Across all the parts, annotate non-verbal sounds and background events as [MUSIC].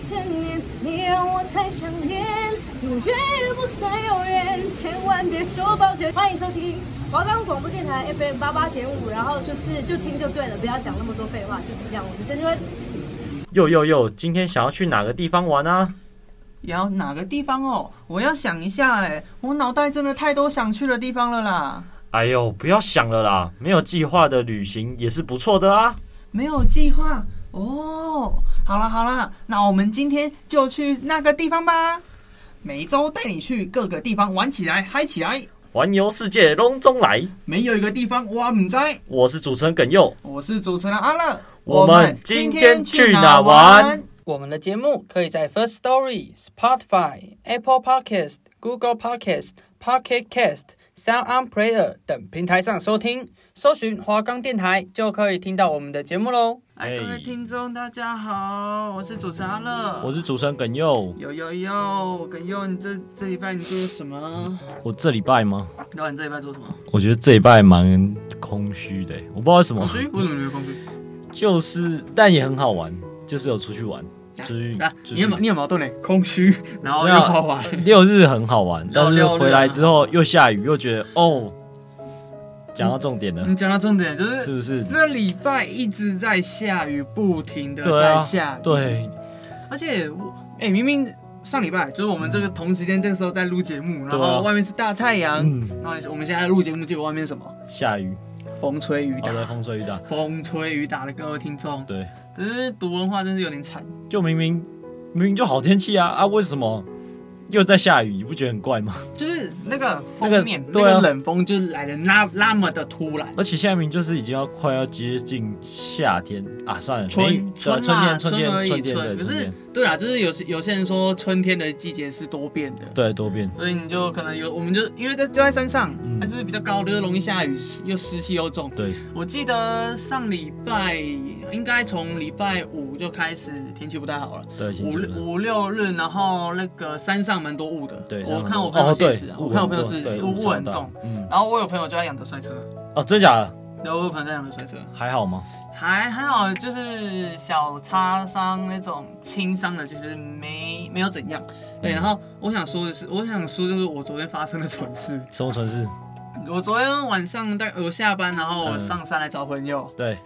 千年，你让我太想念，永远不算永远，千万别说抱歉。欢迎收听华冈广播电台 FM 八八点五，然后就是就听就对了，不要讲那么多废话，就是这样。我是郑钧，又又又，今天想要去哪个地方玩啊？也要哪个地方哦？我要想一下哎，我脑袋真的太多想去的地方了啦。哎呦，不要想了啦，没有计划的旅行也是不错的啊。没有计划哦。好了好了，那我们今天就去那个地方吧。每周带你去各个地方玩起来，嗨起来！环游世界隆中来，没有一个地方我唔知。我是主持人耿佑，我是主持人阿乐，我们今天去哪玩？我们的节目可以在 First Story、Spotify、Apple Podcast、Google Podcast、Pocket Cast、Sound On Player 等平台上收听，搜寻华冈电台就可以听到我们的节目喽。哎，各位听众大家好，我是主持人阿乐，我是主持人耿佑。有有有，耿佑，你这这礼拜你做了什么？我这礼拜吗？然后你这礼拜做什么？我觉得这礼拜蛮空虚的，我不知道为什空么，虚？为什么你会空虚？就是但也很好玩，就是有出去玩，出去啊，就你有是你有矛盾嘞，空虚，然后没又有好玩，六日很好玩，但是六日啊回来之后又下雨，又觉得哦，讲到重点了，你讲到重点，就是嗯是不是？这礼拜一直在下雨，不停的对啊在下雨，对，而且我哎、明明上礼拜就是我们这个同时间这个时候在录节目，然对啊后外面是大太阳，嗯，啊然后我们现在录节目，结果外面是什么？下雨，风吹雨哦，打，对，风吹雨打，风吹雨打的各位听众，对，只是读文化真是有点惨，就明明明明就好天气啊啊，为什么又在下雨？你不觉得很怪吗？就是那个那个封面，那对啊个冷风就是来的那那么的突然。而且现在明明就是已经要快要接近夏天啊，算了，没春对春春啦天春而天已春天对春可春是天，对啊，就是有些有些人说春天的季节是多变的，对多变，所以你就可能有，我们就因为在就在山上，它、嗯就是比较高，就是容易下雨，又湿气又重。对我记得上礼拜应该从礼拜五就开始天气不太好了，对，清五楚了五六日，然后那个山上蛮多雾的。对，我山看上我朋友哦对现实啊，我看我朋友现对实雾雾很超重大，嗯，然后我有朋友就在养德摔车，哦，真假的然后我有朋友在养德摔车，还好吗？还还好，就是小擦伤那种轻伤的，就是没没有怎样。对，然后我想说的是，我想说就是我昨天发生的蠢事。什么城市？我昨天晚上大我下班，然后我嗯上山来找朋友，对，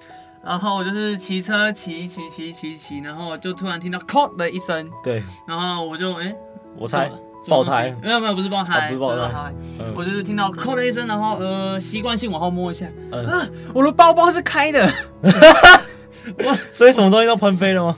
然后我就是骑车骑骑骑骑骑，然后就突然听到“哐”的一声，对然后我就哎，我猜什么什么爆东西胎没有没有不是爆啊胎，不是爆胎不嗯我就是听到“哐”的一声，然后呃习惯性往后摸一下，嗯，啊，我的包包是开的。 [LAUGHS] 所以什么东西都喷飞了吗？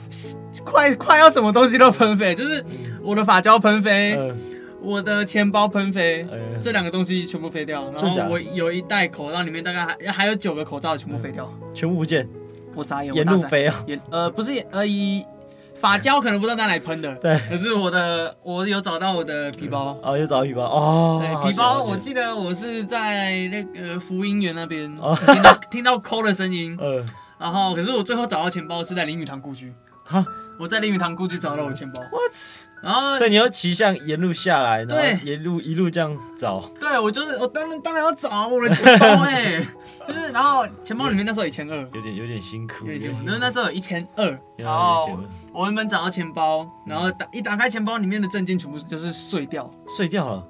快快要什么东西都喷飞，就是我的发胶喷飞，嗯我的钱包喷飞，嗯，这两个东西全部飞掉。然真假后我有一袋口罩，里面大概还还有九个口罩全部飞掉，全部不见，我傻哎眼，我沿大路傻眼，飞啊，沿呃不是沿呃以发胶可能不知道哪里喷的，对可是我的我有找到我的皮包。啊，又找到皮包哦，好对，险皮包好我险记得我是在那个呃福音园那边哦 [LAUGHS] 听到听到抠的声音，嗯，然后可是我最后找到钱包是在林语堂故居，哈我在林语堂故居找到我钱包， ，what？然后所以你要骑象沿路下来，然嗯对后沿路一路这样找，对，我就是我当然当然要找啊我的钱包哎、 [LAUGHS] 就是然后钱包里面那时候一千二，有点有点辛苦，因为有点那那时候有一千二，有然点后有点我原本找到钱包，嗯然后打一打开钱包里面的证件全部就是碎掉，碎掉了，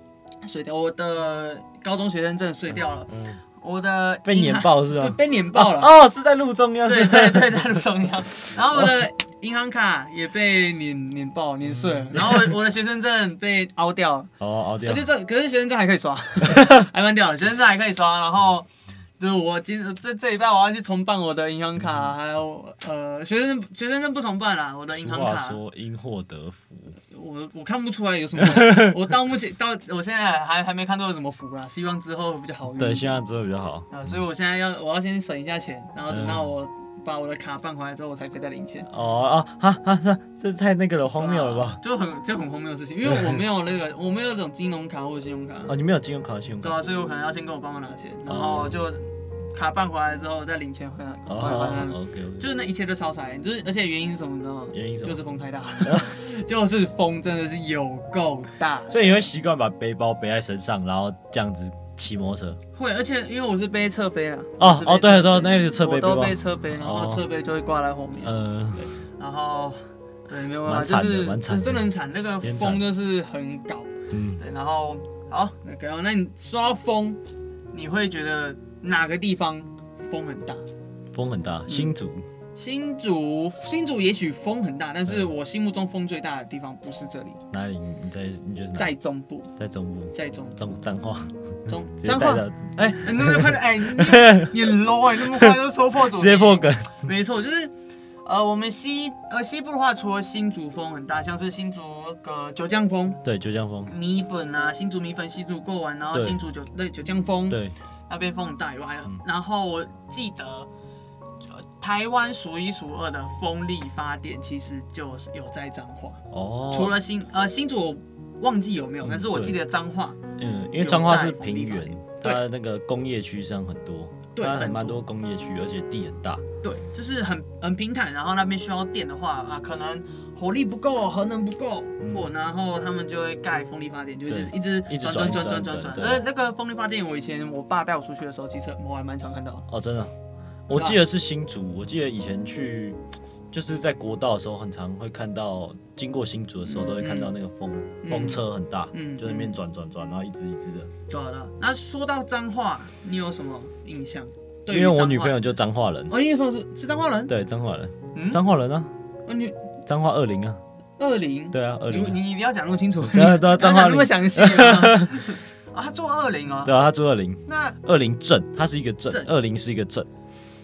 碎掉，我的高中学生证碎掉了，嗯，我的被银碾行， [LAUGHS] 爆是对，吗？被碾爆了，哦，是在路中央，对是不对是，对，太不重 [LAUGHS] 要，然后我的。银行卡也被碾碾爆、碾碎了，然后我我的学生证被凹掉，哦，熬嗯掉而，且这可是学生证还可以 [LAUGHS] 刷，还蛮屌的，学生证还可以刷。然后就是我今这这礼拜我要去重办我的银行嗯卡，还有呃学生证学生证不重办啦，我的银俗行话卡，说因祸得福，我我看不出来有什么， [LAUGHS] 我到目前到我现在还还没看到有什么福啦，希望之后比较好运。对，现在之后比较好，啊，所以我现在要我要先省一下钱，然后等到我把我的卡办回来之后，我才可以再领钱。啊哦啊哈哈哈，这太那个了，荒谬了吧？就很就很荒谬的事情，因为我没有 [LAUGHS] 那个我没有那种金融卡或者信用卡。哦，你没哦有金融卡、信用对卡，啊，所以我可能要先跟我爸妈拿钱，然后就卡办回来之后再领钱回来，哦回来回来。 ，OK OK，就是那一切都超傻，就是而且原因是什么你知道吗？原因是什么就是风太大， [LAUGHS] 就是风真的是有够大。所以你会习惯把背包背在身上，然后这样子骑摩托车，会，而且因为我是背侧背啊。哦我哦，是对背侧对，背那个侧背我背都包背，侧背，然后哦侧背就会挂在后面，嗯，然后对，没有蛮办法，就惨的是蛮就惨是的真的很惨，那个有点风惨就是很搞。嗯，对，然后好，那个哦，那你说到风，你会觉得哪个地方风很大？风很嗯大，新竹新竹，新竹也许风很大，但是嗯我心目中风最大的地方不是这里，哪里？你在你觉得哪在中部，在中部？在中彰彰化，中嗯直接彰带化。到哎、你那么快 [LAUGHS] 的，哎、你你 low 哎、这么快就说破主直题，接破梗，没错，就是呃，我们西呃西部的话，除了新竹风很大，像是新竹那个九江风、 [LAUGHS] 对，九江风，米粉啊，新竹米粉、新竹过完，然后对新竹九对九江风，对，那边风很大以外，啊嗯然后我记得。呃台湾数一数二的风力发电其实就是有在彰化，哦，除了新呃新竹我忘记有没有，嗯但是我记对得彰化嗯，因为彰化是有带风力平发原电，对它那个工业区上很多，对它很很蛮多多工业区，而且地很大，对，就是很很平坦，然后那边需要电的话啊，可能火力不够，核能不够，或然后他们就会盖风力发电，就是嗯对一直一直转转转转转转转转。转那对那个风力发电，我以前我爸带我出去的时候骑车，我还蛮常看到的。哦，真的，我记得是新竹，我记得以前去就是在国道的时候，很常会看到经过新竹的时候，都会看到那个风、风车很大，嗯就在那边转转转，然后一直一直的。对啊对啊。那说到脏话，你有什么印象？对于因为我彰女化朋友，就彰化人，哦，你女朋友是是彰化人？对彰化人，嗯彰化人啊，哦，你彰化二零啊，二零，对啊，二你零、你你不要讲那么 [LAUGHS] 清楚， [LAUGHS] 对啊对啊彰化你要讲那么零详 [LAUGHS] 细吗啊，他做二零哦，对啊，他住二零，那二零镇，它是一个镇镇，二零是一个镇，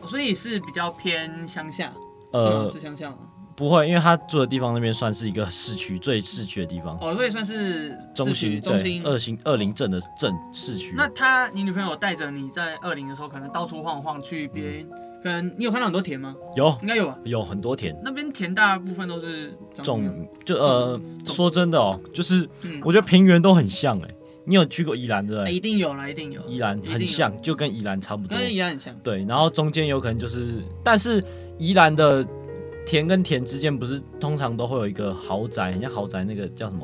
所以是比较偏乡下，是吗？呃是，乡下吗？不会，因为他住的地方那边算是一个市区，最市区的地方，哦，所以算是中市区心中对心。二零二零镇的镇市区。那他，你女朋友带着你在二零的时候，可能到处晃晃去边，嗯可能你有看到很多田吗？有应该有吧。有很多田，那边田大部分都是长什么样种就呃，嗯种说真的哦，就是嗯，我觉得平原都很像哎、你有去过宜兰对不哎对？一定有啦，一定有，宜兰一定很有，像，就跟宜兰差不多。跟宜兰很像。对，然后中间有可能就是，但是宜兰的田跟田之间不是通常都会有一个豪宅，很像豪宅那个叫什么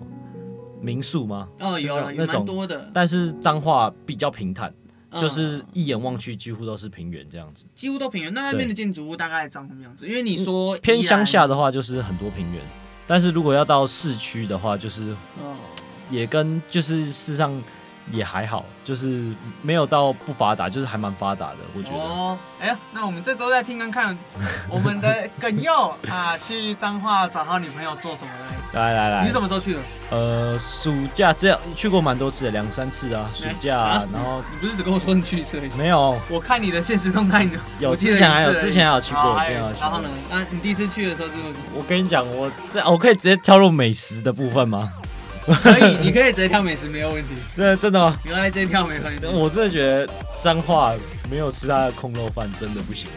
民宿吗？哦，有了，就有那种蛮多的，但是彰化比较平坦，嗯就是一眼望去几乎都是平原这样子。几乎都平原。那那边的建筑物大概长什么样子？因为你说嗯偏乡下的，的话就是很多平原，但是如果要到市区的话，就是哦，也跟就是事实上也还好，就是没有到不发达，就是还蛮发达的，我觉得。哦，哎呀，那我们这周再听看看我们的耿佑啊，去彰化找他女朋友做什么嘞？来来来，你什么时候去的？呃，暑假这样去过蛮多次的，两三次啊，暑假、啊然后你不是只跟我说你去一次而已？没有我看你的现实动态，你有我记得之前还有一次而已之前还有去过哦还之前还有去过然后呢？那你第一次去的时候是不是我跟你讲，我这我可以直接跳入美食的部分吗？[LAUGHS] 可以，你可以直接跳美食没有问题，真的真的吗？你要在这跳没关系。我真的觉得彰化没有吃他的空肉饭真的不行，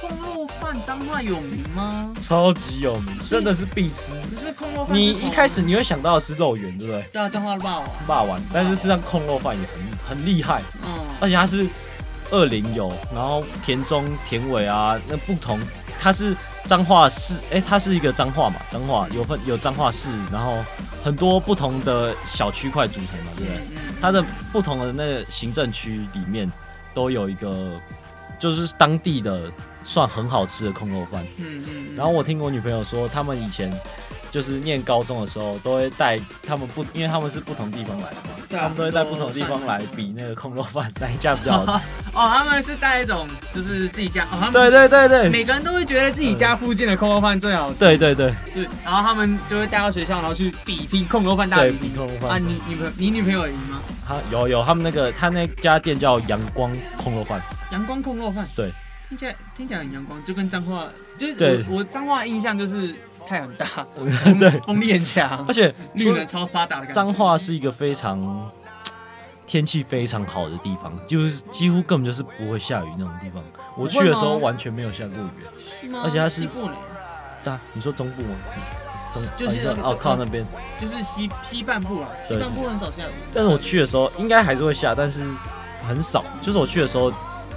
控肉饭彰化有名吗？超级有名，真的是必吃。可是控肉饭你是从一开始你会想到的是肉圆，对不对？对啊，彰化霸王，霸王，但是事实上空肉饭也很很厉害，嗯，而且它是二零有，然后田中、田尾啊，那不同，它是彰化市，哎、它是一个彰化嘛，彰化有分有彰化市，然后很多不同的小区块组成嘛，对不对？嗯嗯它的不同的那个行政区里面都有一个，就是当地的算很好吃的空肉饭。嗯嗯，然后我听我女朋友说，他们以前就是念高中的时候，都会带他们不，因为他们是不同地方来的嘛，对啊他们都会带不同地方来比那个空肉饭哪一家比较 [LAUGHS] 好吃。哦，他们是带一种就是自己家，哦，他们对对对对每个人都会觉得自己家附近的空肉饭最好吃，对对对，对，然后他们就会带到学校，然后去比拼空肉饭大对比拼比空肉饭啊，你你朋友你女朋友有赢吗？他有有他们那个他那家店叫阳光空肉饭，阳光控肉饭，对，听起来听起来很阳光，就跟彰化，就是对我我彰化的印象就是太阳大， [LAUGHS] 对风风力很强而，且绿说能超发达的感觉。彰化是一个非常天气非常好的地方，就是几乎根本就是不会下雨那种地方。我去的时候不会吗完全没有下过雨。是吗而且它是西部呢，啊，你说中部吗？中就是哦你说哦靠那边。就是西西半部啊，西对半部很少下雨。但是我去的时候应该还是会下，但是很少。就是我去的时候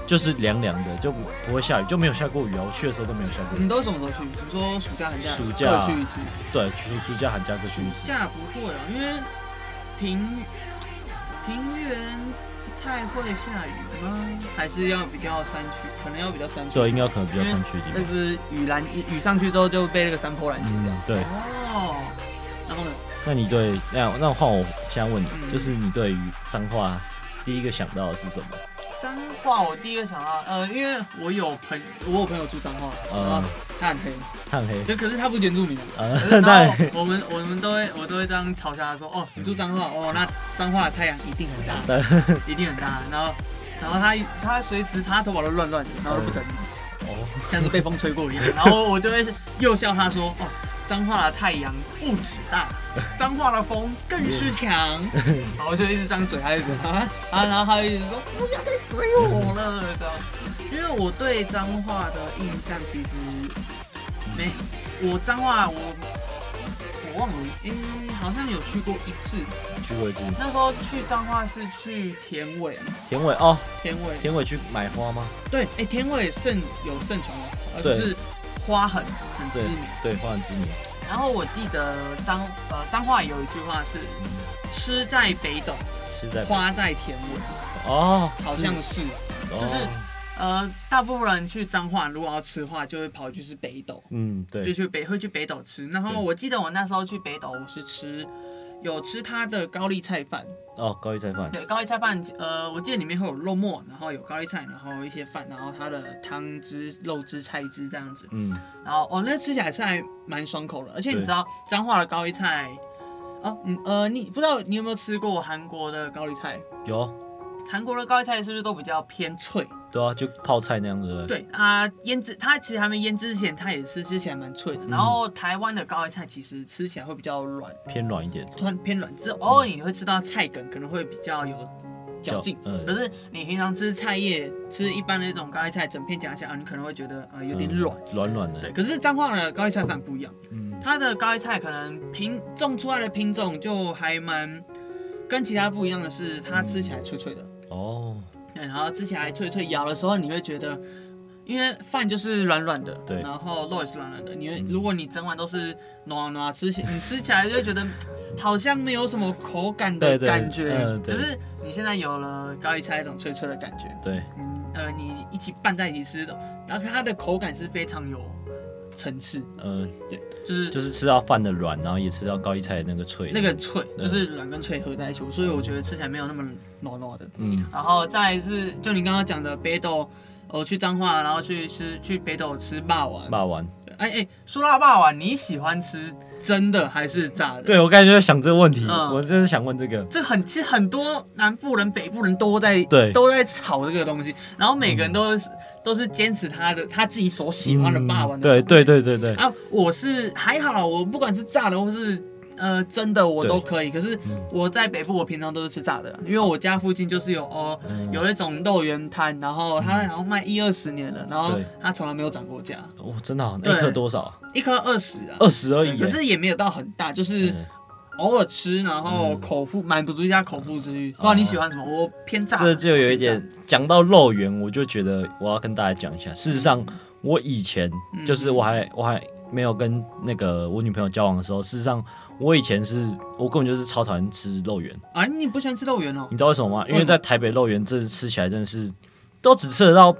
就是凉凉的，就不不会下雨，就没有下过雨啊。我去的时候都没有下过雨。你都什么时候去？你说暑假寒假？暑假各去一次。对，去暑假寒假各去一暑次。假不会啊，因为平平原太会下雨吗？还是要比较山区，可能要比较山区。对，应该可能比较山区的地那方。是雨拦雨上去之后就被那个山坡拦截掉嗯。，对。哦，然后呢？那你对那那换我现在问你，嗯就是你对于脏话第一个想到的是什么？彰化，我第一个想到，呃，因为我有朋，我有朋友住彰化，嗯然后他很黑，炭黑就可是他不是原住民啊。啊可是，[LAUGHS] 然那后 [LAUGHS] 我们我们都会我都会这样嘲笑他说，哦，你住彰化，哦，那彰化的太阳一定很大，一定很大。然后然后他他随时他头发都乱乱的，然后都不整理，哦，像是被风吹过一样。然后我就会又笑他说，哦，彰化的太阳不止大，彰化的风更是强。然后我就一直张嘴，他就觉得 [LAUGHS] 啊啊，然后他就一直说不要再追我了，这样。因为我对彰化的印象其实没，我彰化我我忘了，嗯，好像有去过一次。去过一次那时候去彰化是去田尾，田尾哦，田尾田尾去买花吗？对，哎、田尾盛有盛传吗？呃就对是花很很知对名。对，花很知名。然后我记得彰呃彰化有一句话是嗯“吃在北斗，是在花在田尾”，哦，好像是。哦，呃，大部分人去彰化，如果要吃的话，就会跑去吃北斗，嗯，就对，去北会去北斗吃。然后对我记得我那时候去北斗，我是吃有吃它的高丽菜饭，哦，高丽菜饭，对，高丽菜饭，呃，我记得里面会有肉末，然后有高丽菜，然后一些饭，然后它的汤汁、肉汁、菜汁这样子。嗯，然后哦，那吃起来是还蛮爽口的，而且你对知道彰化的高丽菜，哦，嗯呃，你不知道你有没有吃过韩国的高丽菜？有，啊韩国的高丽菜是不是都比较偏脆？对啊，就泡菜那样子，对不对，对啊、腌制它其实还没腌制之前，它也是吃起来蛮脆的。嗯然后台湾的高丽菜其实吃起来会比较软，偏软一点，偏偏软，只偶尔你会吃到菜梗，可能会比较有嚼劲。嗯可是你平常吃菜叶，吃一般的那种高丽菜，整片夹下来，你可能会觉得呃有点嗯软。软软对，的，可是彰化的高丽菜饭不一样，嗯，它的高丽菜可能品种出来的品种就还蛮跟其他不一样的是，它吃起来脆脆的，哦，对，然后吃起来脆脆，咬的时候你会觉得，因为饭就是软软的，对然后肉也是软软的，你会嗯如果你整碗都是软软吃起，你吃起来就会觉得好像没有什么口感的对对感觉，嗯对可是你现在有了高丽菜那种脆脆的感觉，对，嗯，呃，你一起拌在一起吃的，然后它的口感是非常有层次，嗯，就是就是吃到饭的软，然后也吃到高丽菜的那个脆，那个，脆，嗯就是软跟脆合在一起，所以我觉得吃起来没有那么糯糯的。 [LAUGHS] 嗯，然后再来是，就你刚刚讲的北斗，我去彰化，然后去吃去北斗吃霸王。骂完，哎哎，说到霸王，你喜欢吃蒸的还是炸的？，对我刚才就在想这个问题，嗯我就是想问这个，这很其实很多南部人、北部人都在对都在炒这个东西，然后每个人都是、都是坚持他的他自己所喜欢的霸王嗯的、对对。对对对， [LAUGHS] 啊，我是还好啦，我不管是炸的或是呃蒸的，我都可以。可是嗯我在北部，我平常都是吃炸的啦，因为我家附近就是有哦。嗯有那种肉圆摊，然后它好像卖一二十年了，然后嗯对它从来没有涨过价，哦，真的啊，对一颗多少啊？一颗二十啊，二十而对已耶。可是也没有到很大，就是嗯偶尔吃，然后嗯啊口腹满足一下口腹之欲。不知道你喜欢什么，我偏炸的，这就有一偏炸点讲到肉圆，我就觉得我要跟大家讲一下。事实上，我以前嗯就是我还我还没有跟那个我女朋友交往的时候，事实上我以前是我根本就是超讨厌吃肉圆。啊，你不喜欢吃肉圆哦？你知道为什么吗？因为什为么在台北肉圆真的吃起来真的是都只吃得到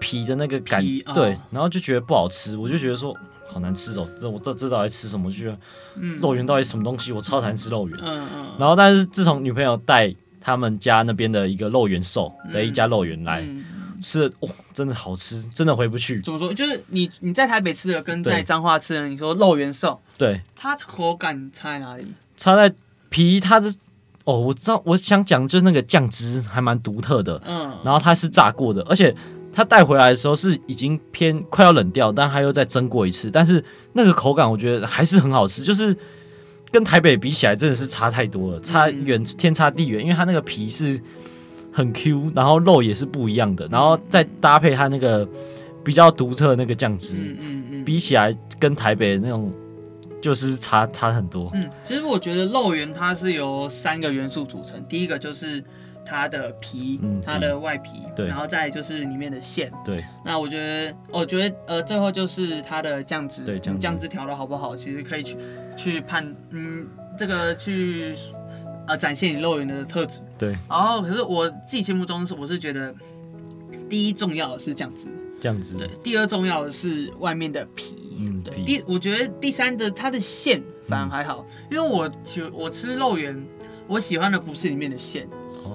皮的那个感皮哦，对，然后就觉得不好吃，我就觉得说好难吃哦，这我这这到底吃什么？我就觉得嗯，肉圆到底什么东西？我超讨厌吃肉圆。嗯嗯，然后，但是自从女朋友带他们家那边的一个肉圆寿的一家肉圆来、嗯吃了，哇、真的好吃，真的回不去。怎么说？就是你你在台北吃的跟在对彰化吃的，你说肉圆瘦，对，它口感差在哪里？它在皮它的哦，我知道，我想讲就是那个酱汁还蛮独特的，嗯，然后它是炸过的，而且它带回来的时候是已经偏快要冷掉，但它又再蒸过一次，但是那个口感我觉得还是很好吃，就是。跟台北比起来，真的是差太多了，差嗯远天差地远。因为它那个皮是很 Q，然后肉也是不一样的，然后再搭配它那个比较独特的那个酱汁，嗯嗯嗯，比起来跟台北那种就是差差很多。嗯，其实我觉得肉圆它是由三个元素组成，第一个就是它的皮，嗯它的外皮，对然后再来就是里面的馅。对，那我觉得，我觉得呃，最后就是它的酱汁，对酱汁酱汁调的好不好，其实可以去去判，嗯，这个去呃展现你肉圆的特质。对，然后可是我自己心目中是我是觉得，第一重要的是酱汁，这样子对，第二重要的是外面的皮，嗯对皮，第我觉得第三的它的馅反而还好，嗯因为我其实我吃肉圆，我喜欢的不是里面的馅，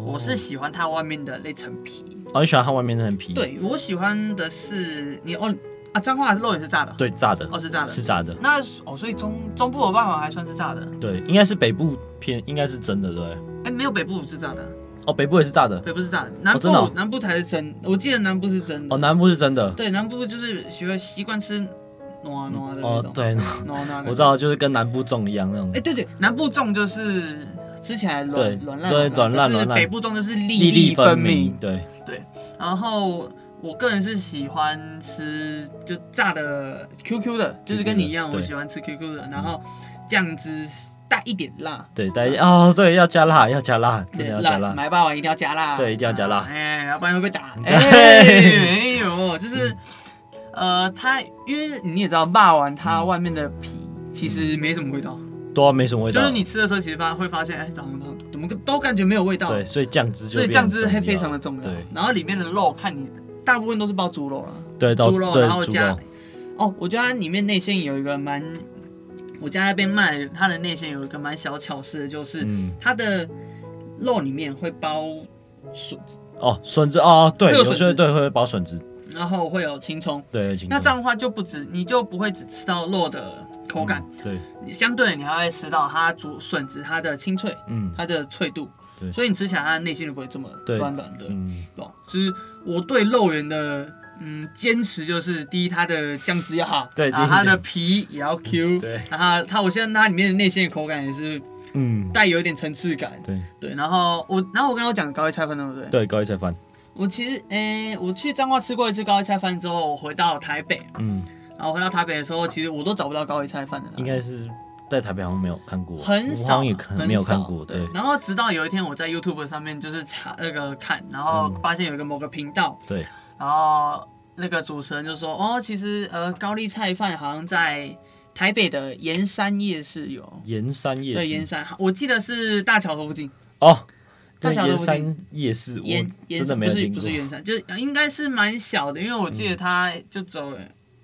我是喜欢它外面的那层皮。哦，你喜欢它外面那层皮？对，我喜欢的是你哦啊，彰化的肉圆是炸的，，对，炸的哦是炸的是，炸的，那哦所以中中部我爸爸还算是炸的，对，应该是北部偏，应该是真的，对不对。哎没有北部是炸的，哦，北部也是炸的，北部是炸的，南部、真的哦南部才是真，我记得南部是真的，哦，南部是真的。对南部就是学会习惯吃糯啊糯的那哦种，，对， [LAUGHS] 糯啊糯我的，知道，就是跟南部粽一样那哎，种，对对，南部粽就是吃起来对软软烂，对软烂可是软烂北部粽就是粒粒粒分分明。。对，然后我个人是喜欢吃就炸的 QQ 的，就是跟你一样，对我喜欢吃 QQ 的，然后嗯酱汁带一点辣。对，大家哦，对，要加辣，要加辣，真的要加辣。买霸王一定要加辣，对一定要加辣嗯哎，要不然会被打。对 [LAUGHS] 哎，没有，就是，嗯呃，它因为你也知道，霸王它外面的皮其实没什么味道，对啊，没什么味道。就是你吃的时候，其实发会发现，哎，怎么怎么都感觉没有味道，对，所以酱汁就所以变酱得汁很还重要非常的重要。对然后里面的肉，看你大部分都是包猪肉了，对，到猪肉，然后对猪加肉，哦，我觉得它里面内馅有一个蛮，我家那边卖它的内馅有一个蛮小巧思的，就是嗯，它的肉里面会包笋，哦，笋子哦，对，会有有些笋子对会包笋子，然后会有青葱。对，请那说这样的话就不止，你就不会只吃到肉的口感，，嗯对，你相对的你还会吃到它煮笋子它的清脆，嗯它的脆度对，所以你吃起来它的内馅就不会这么对软软的。嗯，懂，就是我对肉圆的嗯坚持就是，第一它的酱汁要好，对然后坚持它的皮也要 Q，对然后它我现在它里面的内馅口感也是嗯，带有一点层次感，对对，然后我然后我刚刚讲高丽菜饭对不对？对，高丽菜饭，我其实诶、我去彰化吃过一次高丽菜饭之后，我回到台北，嗯，然后回到台北的时候，其实我都找不到高丽菜饭的应啦。该是在台北好像没有看过，很我少，好像也看很没有看少过，对然后直到有一天，我在 YouTube 上面就是查那个看，然后嗯发现有一个某个频道，对，然后那个主持人就说：“哦，其实呃，高丽菜饭好像在台北的盐山夜市有，盐山夜对，市盐山，我记得是大桥头附近，哦，大对桥盐头附山夜市，我盐盐真的山没有不是听不过是，盐山，就是应该是蛮小的，因为我记得它就走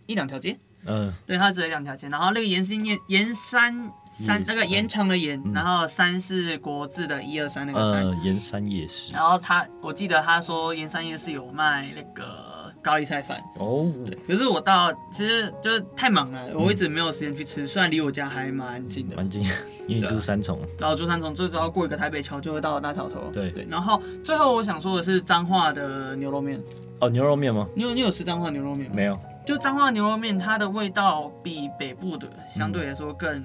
一两条街，嗯，对，它只有一两条街。然后那个盐山夜盐山夜山那个市盐城的盐，嗯然后山是国字的一二三那个山。哦呃，盐山夜市，然后他，我记得他说盐山夜市有卖那个高丽菜饭，哦，可是我到其实就是太忙了，我一直没有时间去吃，虽然离我家还蛮近的。蛮近，因为就是三重，然后珠三从最只要过一个台北桥就会到大桥头。对对，然后最后我想说的是彰化的牛肉面，哦，牛肉面吗？你有你有吃彰化牛肉面吗？没有，就彰化牛肉面，它的味道比北部的相对来说更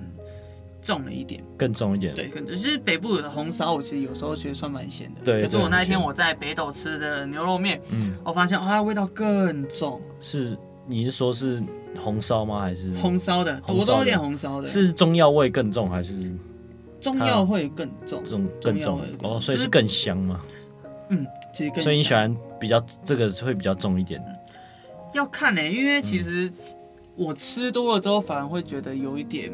重了一点。更重一点，对，可能就是北部有的红烧，我其实有时候觉得算蛮咸的。对可是对我那一很天咸我在北斗吃的牛肉面，嗯，我发现哦，它的味道更重，是你是说是红烧吗？还是红烧的，红我烧都的有点红烧的，是中药味更重，还是中药会更重这，种更中药重味更？嗯重哦，所以就是是更香嘛。嗯，其实更所以你香喜欢比较这个会比较重一点，要看呢、欸嗯因为其实我吃多了之后，反而会觉得有一点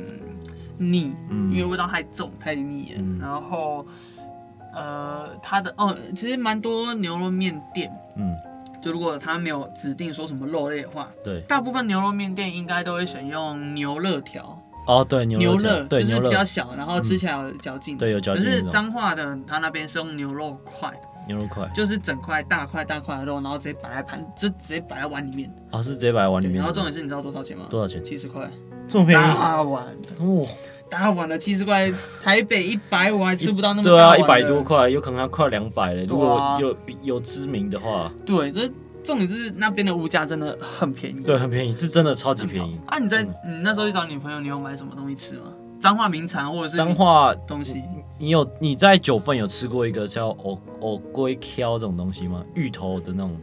腻，嗯因为味道太重太腻了。嗯然后，呃，它的哦，其实蛮多牛肉面店，嗯，就如果它没有指定说什么肉类的话，对，大部分牛肉面店应该都会选用牛肋条，哦，对，牛肉条肋对就是牛比较肉，嗯小，然后吃起来有嚼劲。对有嚼劲可是那种彰化的它那边是用牛肉块，牛肉块，就是整块大块大块的肉，然后直接摆在盘，就直接摆在碗里面。哦，是直接摆在碗里对，面然后的，重点是你知道多少钱吗？多少钱？七十块，这么便宜？哇、大碗，大碗的七十块，台北一百我还吃不到那么大对啊，碗一的百多。块，有可能要快两百了。如对果啊有比有知名的话，对，这重点是那边的物价真的很便宜，对，，很便宜，是真的超级很便宜。啊，你在真你那时候去找女朋友，你有买什么东西吃吗？彰化名产或者是彰化，东西？你有你在九份有吃过一个叫藕藕龟壳这种东西吗？芋头的那种，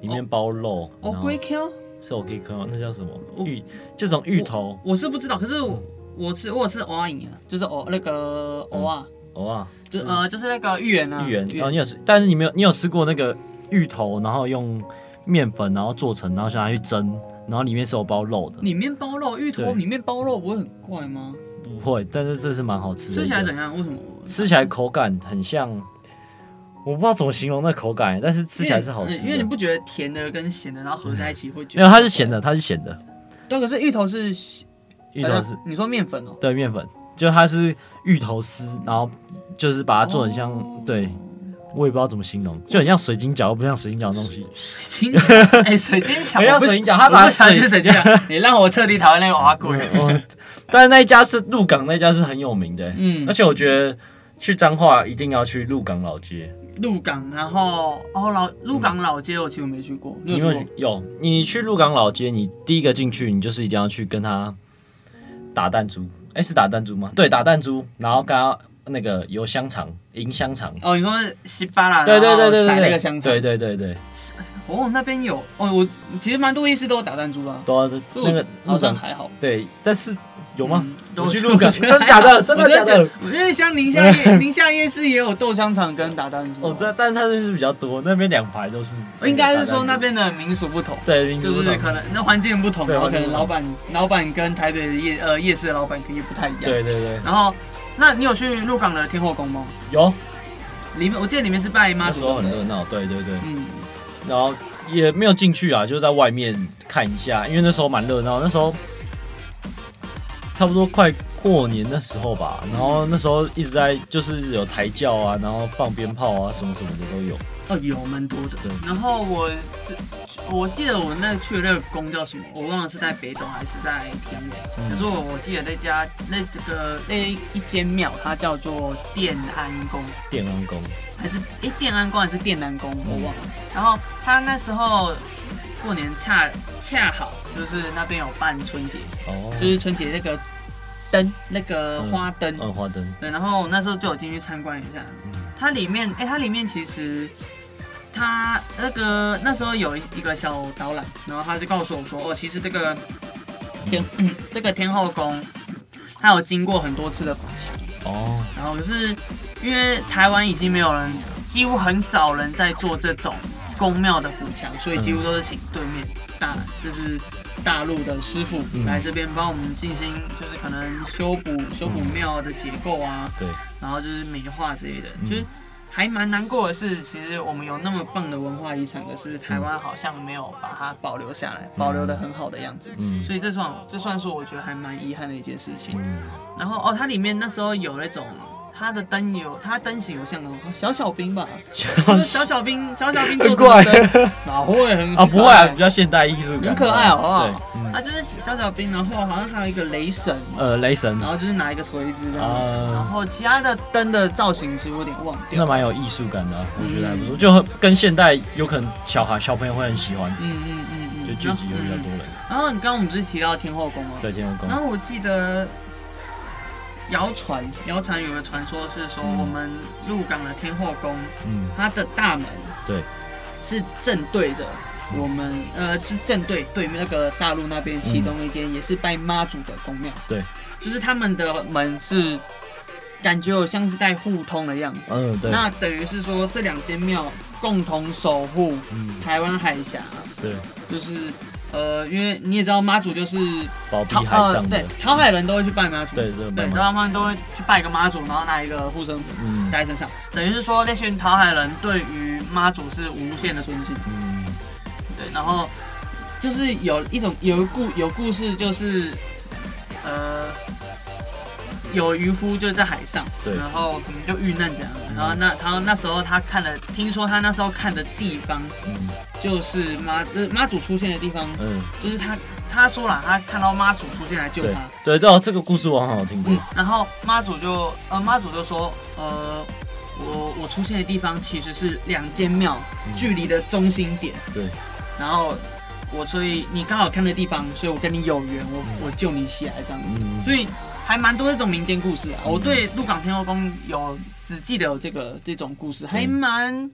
里面包肉。哦，然后龟 Q，是藕龟壳吗？那叫什么？我芋，这种芋头，我是不知道，可是嗯我我吃我有吃蚵仔饮啊，就是蚵那个蚵啊，哦啊，就是呃就是那个芋圆啊，芋圆，哦，你有吃，但是你没有，你有吃过那个芋头，然后用面粉，然后做成，然后想拿去蒸，然后里面是有包肉的，里面包肉，芋头对里面包肉不会很怪吗？不会，但是这是蛮好吃的。吃起来怎？样？为什么我？吃起来口感很像，我不知道怎么形容那口感，但是吃起来是好吃的。因为你不觉得甜的跟咸的，然后合在一起会觉没得？有，它是咸的，。它是咸的，对，可是芋头是芋头是呃你说面粉哦，对面粉，就它是芋头丝，然后就是把它做很像，哦对我也不知道怎么形容，就很像水晶饺，又不像水晶饺的东 [LAUGHS] 西。水 [LAUGHS] 晶饺，哎，水晶饺，没有我不水晶饺他把我不想水吃水 [LAUGHS] 晶饺，你让我彻底讨厌那个娃娃鬼。哦，但是那一家是鹿港那一家是很有名的，嗯而，且我觉得去彰化一定要去鹿港老街，鹿港，然后哦老鹿港老街，我其实没去过，你因有去为过？嗯有你去鹿港老街，你第一个进去，你就是一定要去跟他打弹珠，哎、是打弹珠吗？对，打弹珠，然后跟他那个油香肠、银香肠。哦，你说是西巴拉，对对对对然后对，撒那个香肠，对对对对，哦，那边有哦，我其实蛮多意思都有打弹珠啊啦，都那个好鹿像港还好。对，但是有吗？嗯我我去去鹿港， [LAUGHS] 我觉真得的假的？真我的假觉得的？我觉得像宁夏夜宁夏夜市也有豆香肠跟打弹珠，啊 [LAUGHS] 哦，这但他们是比较多，那边两排都是。应该是说那边的民俗不同。对，民就族不是同可能那环境不同，对然后环可境能不老板老板跟台北的夜呃夜市的老板可能也不太一样。，对对对，然后那你有去鹿港的天后宫吗？有里面我记得里面是拜妈那祖时的。候很热闹，对对对，嗯，然后也没有进去啊，就在外面看一下，因为那时候蛮热闹，那时候差不多快过年的时候吧，然后那时候一直在就是有抬轿啊，然后放鞭炮啊，什么什么的都有。哦，有蛮多的对。然后我是我记得我那去的那个宫叫什么，我忘了是在北斗还是在天美。嗯可是我我记得那家那这个那一间庙，它叫做电安宫，电安宫，还是诶电安宫还是电南宫，我忘了。然后他那时候过年恰恰好就是那边有办春节，就哦，是春节那个灯那个嗯花灯。万花灯，对，然后那时候就有进去参观一下，它里面，哎、它里面其实它那个那时候有一一个小导览，然后他就告诉我说，哦，其实这个天、 [CLEARS THROAT] 这个天后宫，它有经过很多次的补强，哦，然后可是因为台湾已经没有人，几乎很少人在做这种宫庙的补强，所以几乎都是请对面大就是大陆的师傅嗯来这边帮我们进行，就是可能修补修补庙的结构啊，对，然后就是美化之类的，嗯就是还蛮难过的是，其实我们有那么棒的文化遗产，可是台湾好像没有把它保留下来，保留的很好的样子。嗯所以这算这算是我觉得还蛮遗憾的一件事情。嗯，然后哦，它里面那时候有那种它的灯有它灯型有像那种小小兵吧，就是小小兵小小兵做很出的怪灯，哪会很啊，不会啊，很比可爱较现代艺术感，很可爱好不好对，嗯它就是小小兵，然后好像还有一个雷神，呃，雷神然后就是拿一个锤子这样子，啊然后其他的灯的造型其实我有点忘掉。那蛮有艺术感的啊、我觉得还不错，嗯就很跟现代有可能小孩小朋友会很喜欢，嗯嗯嗯嗯，就聚集有比较多人。然后。然后你刚刚我们不是提到天后宫吗？。对，天后宫然，后我记得谣传，谣传有个传说是说我们鹿港的天后宫，嗯，它的大门对，嗯是正对着。我们呃是正对对面那个大陆那边其中一间也是拜妈祖的宫庙，对，就是他们的门是感觉有像是在互通的样子，嗯，对，那等于是说这两间庙共同守护嗯，台湾海峡，对，就是呃，因为你也知道妈祖就是保庇讨海上的哦对，讨海人都会去拜妈祖，对对对，拜然妈后他们都会去拜个妈祖，然后拿一个护身符嗯戴在身上，等于是说那群讨海人对于妈祖是无限的尊敬，嗯，对，然后就是有一种有一故有故事就是呃。有渔夫就在海上，对然后可能就遇难这样，嗯然后那，然后那时候他看的，听说他那时候看的地方嗯就是妈，呃，妈祖出现的地方，嗯，就是他他说了，他看到妈祖出现来救对他，对，这这个故事我好像有听过嗯，，然后妈祖就呃妈祖就说呃我我出现的地方其实是两间庙嗯距离的中心点，对，然后我所以你刚好看的地方，所以我跟你有缘，我、嗯我救你起来这样子，嗯所以还蛮多这种民间故事啊。我对鹿港天后宫有只记得有这个这种故事，还嗯蛮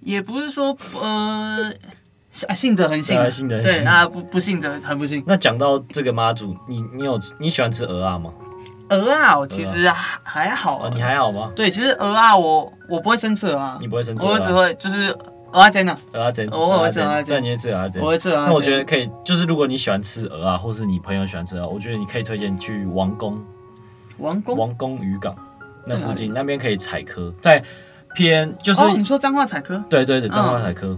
也不是说呃。 [LAUGHS] 啊信者恒信对啊，啊信者恒对信啊，不不信者很不信。那讲到这个妈祖，你你有你喜欢吃鹅啊吗？鹅啊，我其实还还好、啊，你还好吗？对，其实鹅啊，我我不会生吃鹅啊你，不会生吃我只鹅啊？会就是鹅啊煎的，鹅啊煎，我我会吃鹅鹅啊啊煎，对，煎你会吃鹅啊煎我。会吃鹅啊煎。那我觉得可以，就是如果你喜欢吃鹅啊，或是你朋友喜欢吃鹅啊，我觉得你可以推荐去王宫，王宫哦王宫渔港那在哪附里近，那边可以采科，在偏就是、哦，你说彰化采科对对对，彰化嗯采科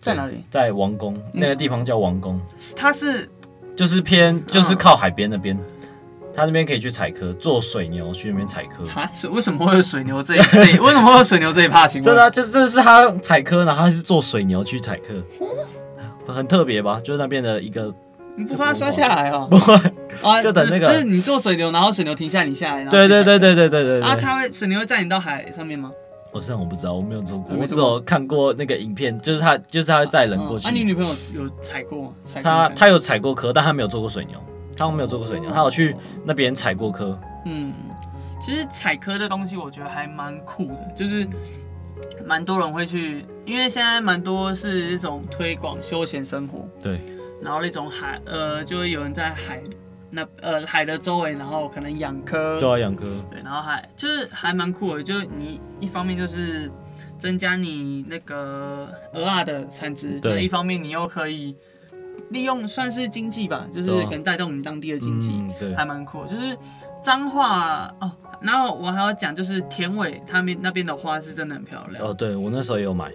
在哪里？在王宫嗯那个地方叫王宫，它是就是偏就是嗯靠海边那边，他那边可以去采科，坐水牛去那边采科。啊，是为什么会有水牛这一 [LAUGHS] 这一？为什么会有水牛这一趴？请问真的、啊，这这是他采科，然后他是坐水牛去采科，嗯很特别吧？就是那边的一个，你不怕摔下来哦？不会，[LAUGHS] 啊，就等那个就是你坐水牛，然后水牛停下来，你下来，然后对对对去对对对对踩。啊，对。它会水牛会载你到海上面吗？我虽然我不知道，我没有做还过，没我只做过有看过那个影片，就是他就是他会载人过啊，你去，女朋友有踩过吗？踩过他没他有采过科，但他没有做过水牛，他没有做过水牛，他有去哦那边采过科，嗯，其实采科的东西我觉得还蛮酷的，就是蛮多人会去，因为现在蛮多是一种推广休闲生活，对，然后那种海呃，就会有人在海那呃海的周围，然后可能养科，对啊，养科，对，然后还就是还蛮酷的，就是你一方面就是增加你那个鹅啊的产值，对那一方面你又可以利用算是经济吧，就是对啊可能带动你当地的经济。嗯，对，还蛮酷的，就是彰化哦。然后我还要讲，就是田尾他们那边的花是真的很漂亮。哦，对我那时候也有买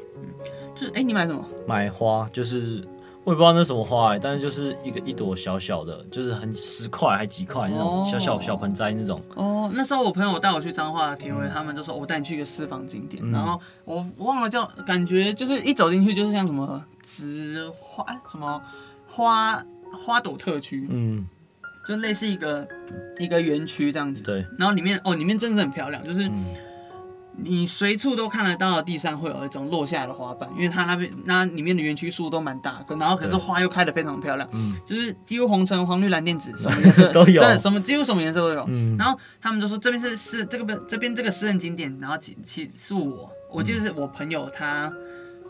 就是哎，你买什么？买花，就是我也不知道那什么花、欸，但是就是一个一朵小小的，就是很十块还几块那种哦小小小盆栽那种，哦，那时候我朋友带我去彰化的田尾，他们就说哦我带你去一个私房景点，嗯然后我忘了叫，感觉就是一走进去就是像什么植花什么花花朵特区，嗯，就类似一个一个园区这样子。对，然后里面哦，里面真的很漂亮，就是嗯，你随处都看得到地上会有一种落下来的花瓣，因为它那边那里面的园区树都蛮大，可然后可是对花又开得非常漂亮，嗯就是几乎红橙黄绿蓝靛紫什么颜 [LAUGHS] 色都有真的什么几乎什么颜色都有。嗯然后他们就说这边是是这个这边这个私人景点，然后其其是我，我记得是我朋友他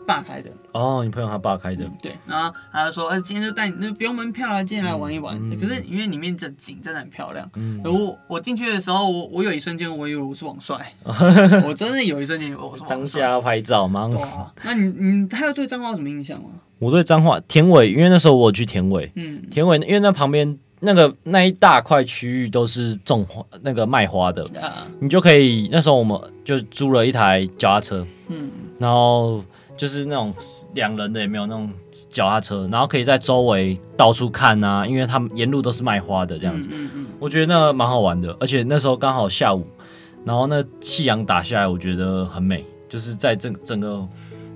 爸开的，哦，你朋友他爸开的，对，然后他就说，呃，今天就带你，那不用门票啊，进来玩一玩。嗯嗯可是因为里面的景真的很漂亮，嗯然后我我进去的时候，我我有一瞬间我以为我是 [LAUGHS] 网帅，我真的有一瞬间以为我是当网下帅。要拍照吗？对啊，那你你还有对彰化有什么印象吗？我对彰化田尾，因为那时候我有去田尾，嗯，田尾因为那旁边那个那一大块区域都是种花那个卖花的，啊，你就可以那时候我们就租了一台脚踏车，嗯，然后就是那种两人的也没有那种脚踏车，然后可以在周围到处看啊，因为他们沿路都是卖花的这这样子，，嗯嗯我觉得那蛮好玩的，而且那时候刚好下午，然后那夕阳打下来，我觉得很美，就是在整整个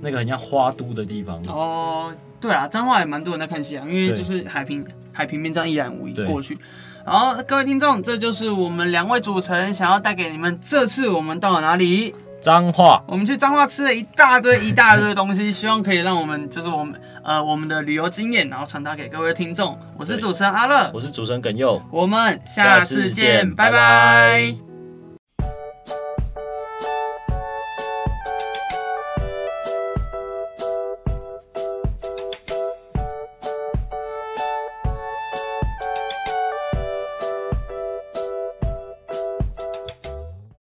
那个很像花都的地方嗯。，哦，对啊，彰化也蛮多人在看戏啊，因为对就是海平海平面这样一览无遗对过去。然后各位听众，这就是我们两位主持人想要带给你们。这次我们到了哪里？彰化我们去彰化吃了一大堆一大堆的 [LAUGHS] 东西，希望可以让我们就是我们呃我们的旅游经验，然后传达给各位听众。我是对主持人阿乐，我是主持人耿佑，我们下下次次见见，拜拜拜拜